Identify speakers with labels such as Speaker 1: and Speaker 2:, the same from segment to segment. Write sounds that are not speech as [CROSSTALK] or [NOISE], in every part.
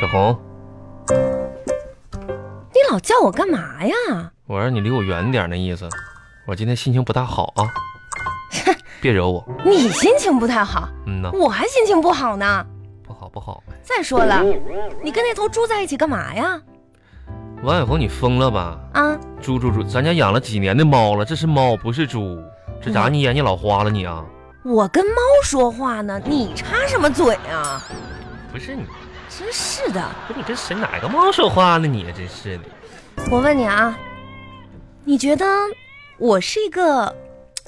Speaker 1: 小红，
Speaker 2: 你老叫我干嘛呀？
Speaker 1: 我让你离我远点儿那意思。我今天心情不大好啊，别惹我。
Speaker 2: 你心情不太好，
Speaker 1: 嗯呐，
Speaker 2: 我还心情不好呢。
Speaker 1: 不好不好。
Speaker 2: 再说了，你跟那头猪在一起干嘛呀？
Speaker 1: 王小红，你疯了吧？
Speaker 2: 啊，
Speaker 1: 猪猪猪，咱家养了几年的猫了，这是猫不是猪，这咋
Speaker 2: 我
Speaker 1: 你眼睛老花了你啊？
Speaker 2: 我跟猫说话呢，你插什么嘴啊？
Speaker 1: 不是你，
Speaker 2: 真是的，
Speaker 1: 不是你跟谁哪个猫说话呢？你啊真是的。
Speaker 2: 我问你啊，你觉得我是一个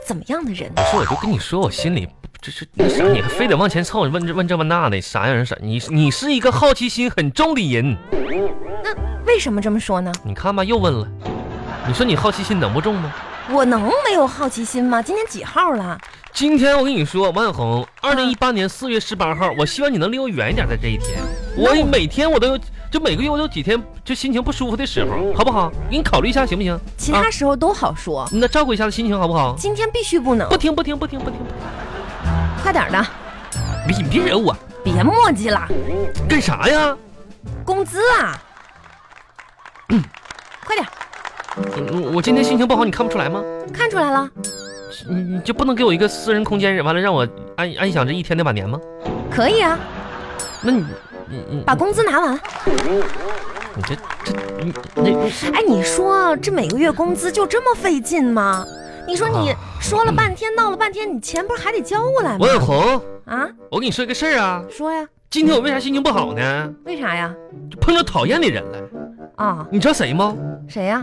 Speaker 2: 怎么样的人？
Speaker 1: 不是，我就跟你说，我心里这是那啥，你还非得往前凑，问这问这问那的，啥样人啥？你你是一个好奇心很重的人，
Speaker 2: 为什么这么说呢？
Speaker 1: 你看吧，又问了。你说你好奇心能不重吗？
Speaker 2: 我能没有好奇心吗？今天几号了？
Speaker 1: 今天我跟你说，王小红，二零一八年四月十八号，我希望你能离我远一点，在这一天，我
Speaker 2: 那我
Speaker 1: 每天我都有，就每个月我有几天就心情不舒服的时候，好不好？给你考虑一下行不行？
Speaker 2: 其
Speaker 1: 啊
Speaker 2: 他时候都好说，
Speaker 1: 你那照顾一下心情好不好？
Speaker 2: 今天必须不能
Speaker 1: 不。听不听不听不听，
Speaker 2: 快点儿的，
Speaker 1: 别你别惹我，
Speaker 2: 别墨迹了，
Speaker 1: 干啥呀？
Speaker 2: 工资
Speaker 1: [COUGHS]
Speaker 2: 啊！快点儿，
Speaker 1: 我我今天心情不好，你看不出来吗？
Speaker 2: 看出来了，
Speaker 1: 你你就不能给我一个私人空间，完了让我安安享这一天的晚年吗？
Speaker 2: 可以啊，
Speaker 1: 那你你你
Speaker 2: 把工资拿完。
Speaker 1: 你这这你那
Speaker 2: 哎，你说这每个月工资就这么费劲吗？你说你
Speaker 1: 啊
Speaker 2: 说了半天，闹了半天，你钱不是还得交过来吗
Speaker 1: 王？小红，
Speaker 2: 啊，
Speaker 1: 我跟你说一个事儿啊，
Speaker 2: 说呀，
Speaker 1: 今天我为啥心情不好呢？
Speaker 2: 为啥呀？
Speaker 1: 就碰着讨厌的人了。
Speaker 2: 啊，
Speaker 1: 你知道谁吗？
Speaker 2: 谁呀？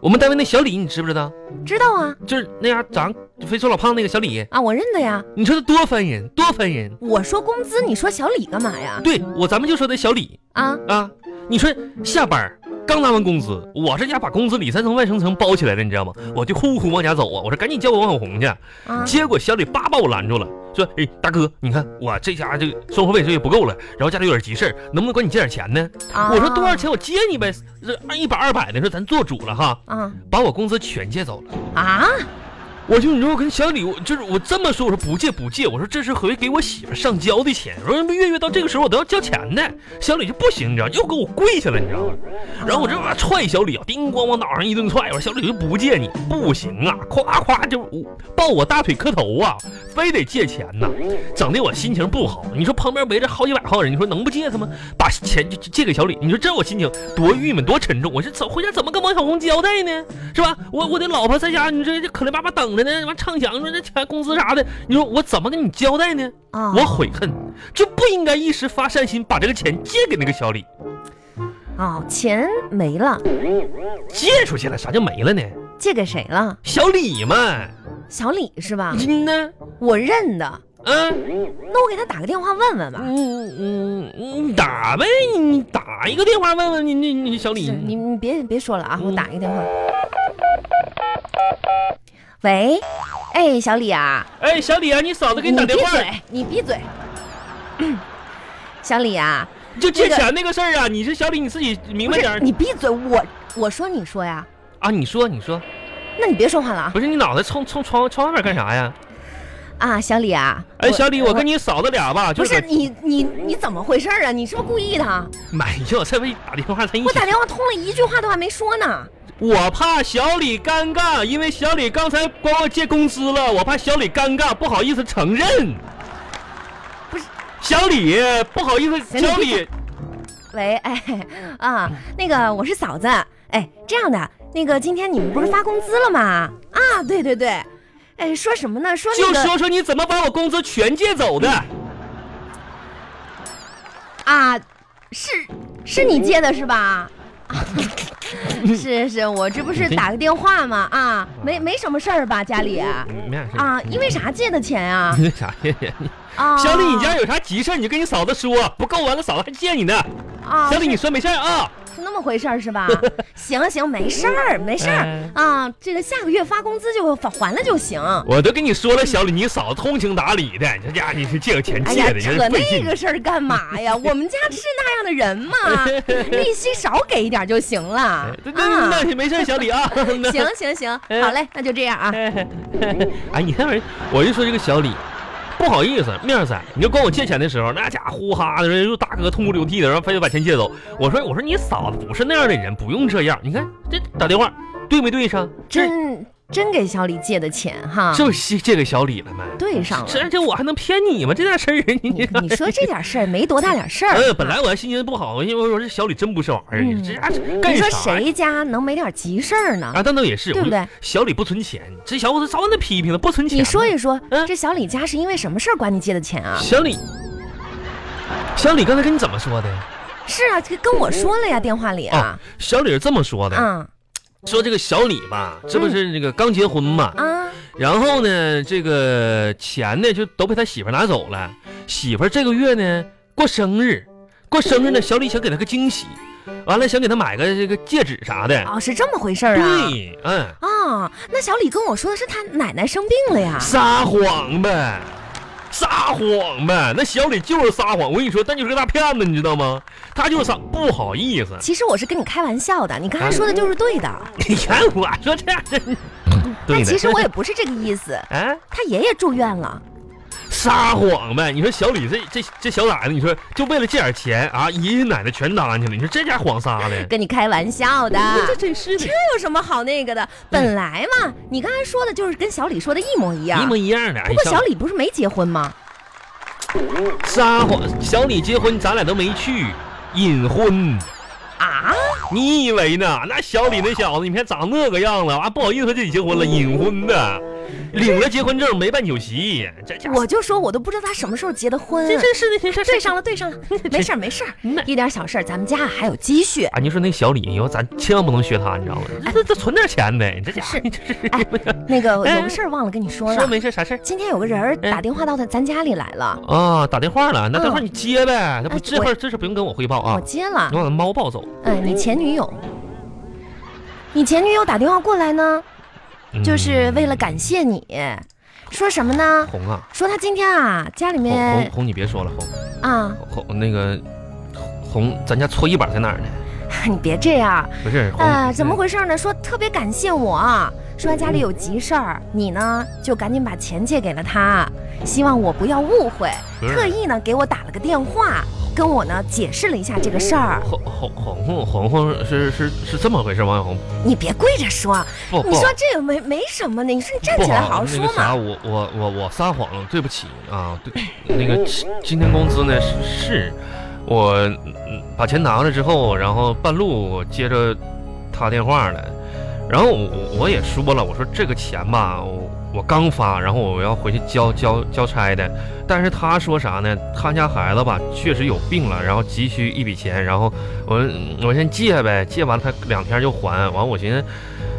Speaker 1: 我们单位那小李，你知不知道？
Speaker 2: 知道啊，
Speaker 1: 就是那家长肥瘦老胖那个小李。
Speaker 2: 啊，我认得呀。
Speaker 1: 你说他多烦人，多烦人。
Speaker 2: 我说工资，你说小李干嘛呀？
Speaker 1: 对我，咱们就说这小李
Speaker 2: 啊，
Speaker 1: 啊，你说下班儿刚拿完工资，我这家把工资里三层外三层包起来了，你知道吗？我就呼呼往家走啊，我说赶紧叫我王小红去。
Speaker 2: 啊，
Speaker 1: 结果小李叭把我拦住了，说：“哎，大哥，你看我这家这个生活费这也不够了，然后家里有点急事儿，能不能管你借点钱呢？”
Speaker 2: 啊
Speaker 1: 我说：“多少钱我借你呗，这二一百二百的，说咱做主了哈，
Speaker 2: 啊
Speaker 1: 把我工资全借走了。
Speaker 2: 啊！”
Speaker 1: 我就你说我跟小李，我就是我这么说，我说不借不借，我说这是回给我媳妇上交的钱，我说月月到这个时候我都要交钱呢。小李就不行，你知道，又给我跪下了，你知道吗？然后我这把踹小李啊，叮咣往脑上一顿踹，我说小李就不借你，不行啊，夸夸就抱我大腿磕头啊，非得借钱呐、整的我心情不好。你说旁边围着好几百号人，你说能不借他吗？把钱就就借给小李，你说这我心情多郁闷，多沉重。我是怎回家怎么跟王小红交代呢？是吧？我我的老婆在家，你说这可怜巴巴等着呢，完畅想说这钱工资啥的，你说我怎么跟你交代呢？
Speaker 2: 啊，
Speaker 1: 我悔恨，就不应该一时发善心把这个钱借给那个小李，
Speaker 2: 啊，钱没了，
Speaker 1: 借出去了，啥叫没了呢？
Speaker 2: 借给谁了？
Speaker 1: 小李嘛，
Speaker 2: 小李是吧？
Speaker 1: 真的，
Speaker 2: 我认得，
Speaker 1: 啊，
Speaker 2: 那我给他打个电话问问吧。
Speaker 1: 嗯嗯，你打呗，你打一个电话问问你你你小李，
Speaker 2: 是你你别别说了啊，我
Speaker 1: 嗯
Speaker 2: 打一个电话。喂，哎，小李啊，
Speaker 1: 哎，小李啊，你嫂子给你打电话，
Speaker 2: 你闭嘴，你闭嘴。小李啊，
Speaker 1: 就借
Speaker 2: 那个
Speaker 1: 钱那个事儿啊，你是小李你自己明
Speaker 2: 不
Speaker 1: 白点
Speaker 2: 是
Speaker 1: 儿
Speaker 2: 你闭嘴，我我说你说呀，
Speaker 1: 啊，你说你说，
Speaker 2: 那你别说话了啊
Speaker 1: 不是你脑袋冲冲窗窗外面干啥呀？
Speaker 2: 啊，小李啊，
Speaker 1: 哎，小李，我跟你嫂子俩吧，就
Speaker 2: 不是
Speaker 1: 搁
Speaker 2: 你你你怎么回事啊？你是不是故意的？
Speaker 1: 没有，哎这不一打电话，他一
Speaker 2: 我
Speaker 1: 起
Speaker 2: 打电话通了一句话都还没说呢。
Speaker 1: 我怕小李尴尬，因为小李刚才管我借工资了，我怕小李尴尬，不好意思承认。
Speaker 2: 不是，
Speaker 1: 小李不好意思，
Speaker 2: 行了
Speaker 1: 小李
Speaker 2: 喂，哎啊，那个我是嫂子，哎，这样的，那个今天你们不是发工资了吗？啊，对对对，哎，说什么呢？说那
Speaker 1: 就
Speaker 2: 个
Speaker 1: 说说你怎么把我工资全借走的？
Speaker 2: 啊，是是你借的是吧？ [LAUGHS] 是是，我这不是打个电话吗？啊，没没什么事儿吧，家里啊，
Speaker 1: 没啥事
Speaker 2: 因为啥借的钱啊？
Speaker 1: 那啥呀？
Speaker 2: 啊，
Speaker 1: 小李，你家有啥急事儿你就跟你嫂子说，不够完了嫂子还借你呢。
Speaker 2: 啊，
Speaker 1: 小李，你说没事儿啊？
Speaker 2: 是那么回事儿是吧？行行，没事儿没事儿
Speaker 1: 哎
Speaker 2: 啊，这个下个月发工资就返还了就行。
Speaker 1: 我都跟你说了，小李，你嫂子通情达理的，这家伙你是借个钱
Speaker 2: 哎
Speaker 1: 借
Speaker 2: 呀，
Speaker 1: 的，真
Speaker 2: 扯
Speaker 1: 是费
Speaker 2: 那
Speaker 1: 劲
Speaker 2: 个。事儿干
Speaker 1: [LAUGHS]
Speaker 2: 嘛呀？我们家是那样的人嘛，利息少给一点就行了啊
Speaker 1: 哎。那那那没事儿，小李啊。那
Speaker 2: 行行行，
Speaker 1: 哎 [LAUGHS]
Speaker 2: 好嘞，那就这样啊。
Speaker 1: 哎，你看我，我就说这个小李，不好意思，面儿塞，你就管我借钱的时候，那家伙呼哈的，又大哥痛哭流涕的，然后非得把钱借走。我说我说你嫂子不是那样的人，不用这样。你看这打电话对没对上？这
Speaker 2: 真真给小李借的钱哈，
Speaker 1: 这不借借给小李了吗？
Speaker 2: 对上了。
Speaker 1: 这这我还能骗你吗？这点事儿，你
Speaker 2: 你你说这
Speaker 1: [LAUGHS]
Speaker 2: 点事儿没多大点事儿，
Speaker 1: 呃，本来我还心情不好，因为我说这小李真不是玩意儿，
Speaker 2: 嗯
Speaker 1: 这家伙干
Speaker 2: 你说
Speaker 1: 啥呀？
Speaker 2: 谁家能没点急事儿呢？
Speaker 1: 啊，但倒也是，
Speaker 2: 对不
Speaker 1: 我就
Speaker 2: 对？
Speaker 1: 小李不存钱，这小伙子早晚得批评他，不存钱。
Speaker 2: 你说一说，
Speaker 1: 嗯
Speaker 2: 这小李家是因为什么事儿管你借的钱啊？
Speaker 1: 小李，小李刚才跟你怎么说的？
Speaker 2: 是啊，这跟我说了呀，电话里啊，
Speaker 1: 小李是这么说的，
Speaker 2: 啊
Speaker 1: 说这个小李吧，这不
Speaker 2: 嗯
Speaker 1: 是这个刚结婚嘛，
Speaker 2: 啊，
Speaker 1: 然后呢，这个钱呢就都被他媳妇儿拿走了。媳妇儿这个月呢过生日，过生
Speaker 2: 嗯
Speaker 1: 日呢，小李想给他个惊喜，完了想给他买个这个戒指啥的。
Speaker 2: 哦，是这么回事儿啊。
Speaker 1: 对，嗯，
Speaker 2: 啊，那小李跟我说的是他奶奶生病了呀。
Speaker 1: 撒谎呗，撒谎呗，那小李就是撒谎。我跟你说，但就是个大骗子，你知道吗？他就是撒，不好意思。
Speaker 2: 其实我是跟你开玩笑的，你刚才说的就是对的。
Speaker 1: [LAUGHS] 你看我说这，嗯对的。
Speaker 2: 但其实我也不是这个意思，
Speaker 1: [LAUGHS] 啊。
Speaker 2: 他爷爷住院了，
Speaker 1: 撒谎呗！你说小李这这这小崽子，你说就为了这点钱啊，爷爷奶奶全担去了，你说这家谎撒的，
Speaker 2: 跟你开玩笑的。
Speaker 1: 真是
Speaker 2: 这有什么好那个的？本来嘛，你刚才说的就是跟小李说的一模一样。
Speaker 1: 一模一样的。哎
Speaker 2: 不过小
Speaker 1: 像
Speaker 2: 李不是没结婚吗？
Speaker 1: 撒谎，小李结婚咱俩都没去，隐婚。
Speaker 2: 啊，
Speaker 1: 你以为呢？那小李那小子，你看长那个样子，完、不好意思说自己结婚了，嗯隐婚的，领了结婚证没办酒席，这家伙
Speaker 2: 我就说我都不知道他什么时候结的婚。
Speaker 1: 这真是的，这事
Speaker 2: 对上了，对上了，没事儿没事儿
Speaker 1: 那，
Speaker 2: 一点小事儿，咱们家还有积蓄。
Speaker 1: 啊！你说那小李，以后咱千万不能学他，你知道吗？这这存点钱呗，这家伙
Speaker 2: 是
Speaker 1: 这啊是
Speaker 2: 哎那个
Speaker 1: 哎
Speaker 2: 有个事儿忘了跟你说
Speaker 1: 说
Speaker 2: 了，
Speaker 1: 没事啥事儿。
Speaker 2: 今天有个人儿
Speaker 1: 哎
Speaker 2: 打电话到他咱家里来了，
Speaker 1: 啊，打电话了，那这会儿你接呗，那不
Speaker 2: 嗯哎
Speaker 1: 这
Speaker 2: 我
Speaker 1: 会儿这事不用跟我汇报啊
Speaker 2: 我，接了
Speaker 1: 你。把猫抱走，
Speaker 2: 哎，你前女友，你前女友打电话过来呢，
Speaker 1: 嗯
Speaker 2: 就是为了感谢你，说什么呢？
Speaker 1: 红啊，
Speaker 2: 说他今天啊家里
Speaker 1: 红红
Speaker 2: 面
Speaker 1: 红，你别说了，红
Speaker 2: 啊， [LAUGHS]
Speaker 1: 红那个红，咱家搓衣板在哪儿呢？
Speaker 2: 你别这样，
Speaker 1: 不是红，
Speaker 2: 呃，怎么？回事呢？说特别感谢我，啊说他家里有急事儿，你呢就赶紧把钱借给了他，希望我不要误会，
Speaker 1: 不是
Speaker 2: 特意呢给我打了个电话，跟我呢解释了一下这个事儿。
Speaker 1: 红红红红红红是是是这么回事，王小红，
Speaker 2: 你别跪着说，
Speaker 1: 不
Speaker 2: 你
Speaker 1: 不
Speaker 2: 说这也没没什么呢，你说你站
Speaker 1: 不
Speaker 2: 起来好好
Speaker 1: 那
Speaker 2: 说
Speaker 1: 个啥，
Speaker 2: 嘛。
Speaker 1: 我我我我撒谎了，对不起啊，对，那个今今天工资呢是是我嗯把钱拿了之后，然后半路我接着他电话了，然后我我也说了，我说这个钱吧，我我刚发，然后我要回去交交交差的，但是他说啥呢？他家孩子吧确实有病了，然后急需一笔钱，然后我我先借呗，借完了他两天就还，完我寻思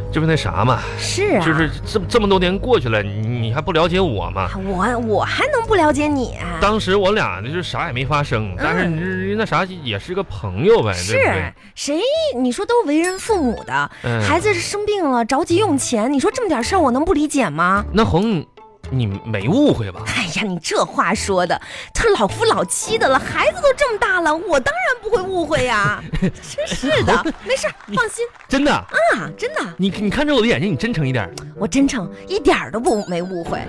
Speaker 1: 这不那啥嘛。
Speaker 2: 是啊，
Speaker 1: 就是这么这么多年过去了，你你还不了解我吗？
Speaker 2: 我我还能不了解你？啊
Speaker 1: 当时我俩就是啥也没发生，但是你那啥也是个朋友呗，对不
Speaker 2: 嗯是
Speaker 1: 对？
Speaker 2: 谁？你说都为人父母的，
Speaker 1: 嗯，
Speaker 2: 孩子生病了着急用钱，你说这么点事儿我能不理解吗？ [LAUGHS]
Speaker 1: 那红，你没误会吧？
Speaker 2: 哎呀，你这话说的，他老夫老妻的了，孩子都这么大了，我当然不会误
Speaker 1: [LAUGHS]
Speaker 2: 会呀、真是的，没事儿，放心
Speaker 1: 真的，
Speaker 2: 啊，真的，
Speaker 1: 你你看着我的眼睛，你真诚一点。
Speaker 2: 我真诚，一点儿都不没误会。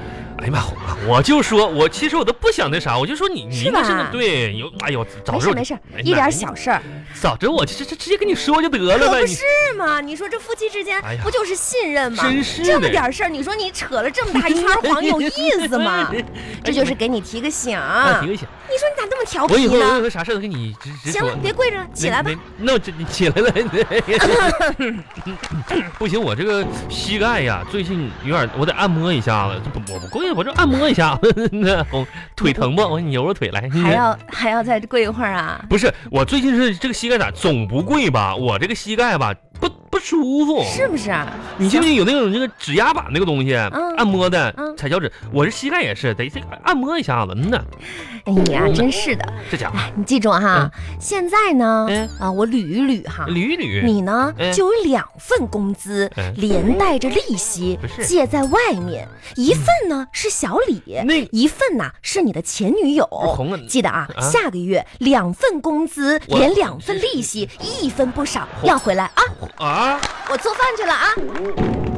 Speaker 1: 哎呀妈，红啊！我就说，我其实我都不想那啥，我就说你你
Speaker 2: 是
Speaker 1: 应该是那
Speaker 2: 吧
Speaker 1: 对有，哎呦，早
Speaker 2: 没
Speaker 1: 知
Speaker 2: 事
Speaker 1: 道
Speaker 2: 儿没事儿
Speaker 1: 哎，
Speaker 2: 一点
Speaker 1: 哪
Speaker 2: 儿小事儿，
Speaker 1: 早知道我直直直接跟你说就得了
Speaker 2: 可
Speaker 1: 呗，
Speaker 2: 不
Speaker 1: 你
Speaker 2: 是嘛？你说这夫妻之间
Speaker 1: 哎呀
Speaker 2: 不就是信任吗？
Speaker 1: 真是的？
Speaker 2: 这么点儿事儿，你说你扯了这么大一圈儿黄，有意思吗
Speaker 1: [LAUGHS] 哎
Speaker 2: 这就是给你提个醒儿。
Speaker 1: 啊，挺危险。
Speaker 2: 你说你咋这么调
Speaker 1: 我以
Speaker 2: 皮
Speaker 1: 后我以
Speaker 2: 呢？
Speaker 1: 后啥事儿都跟你直直
Speaker 2: 行
Speaker 1: 说
Speaker 2: 了，。别跪着，起来吧。
Speaker 1: 没。那我这你起来了， [COUGHS] 不行，我这个膝盖呀，最近有点，我得按摩一下子。这不，我不跪，我就按摩一下子。 [LAUGHS] 那我腿疼不？我说你揉揉腿来。
Speaker 2: 还要还要再跪一会儿啊？
Speaker 1: [LAUGHS] 不是，我最近是这个膝盖咋总不跪吧？我这个膝盖吧不不舒服。
Speaker 2: 是不是？啊
Speaker 1: 你信不信有那种那个指压板那个东西，
Speaker 2: 嗯
Speaker 1: 按摩的
Speaker 2: 嗯
Speaker 1: 踩脚趾？我这膝盖也是得这个按摩一下子。嗯呐，
Speaker 2: 哎呀，真是的！
Speaker 1: 这家伙，
Speaker 2: 你记住哈，现在呢
Speaker 1: 嗯，
Speaker 2: 啊，我捋一捋哈，
Speaker 1: 捋一捋。
Speaker 2: 你呢
Speaker 1: 嗯
Speaker 2: 就有两份工资
Speaker 1: 嗯，
Speaker 2: 连带着利息
Speaker 1: 不是嗯
Speaker 2: 借在外面，一份呢是小李，
Speaker 1: 那
Speaker 2: 一份呐是你的前女友
Speaker 1: 是红啊。
Speaker 2: 记得啊，
Speaker 1: 啊
Speaker 2: 下个月两份工资
Speaker 1: 我
Speaker 2: 连
Speaker 1: [LAUGHS]
Speaker 2: 两份利息，一分不少，
Speaker 1: 红
Speaker 2: 要回来啊！
Speaker 1: 啊，
Speaker 2: 我做饭去了啊！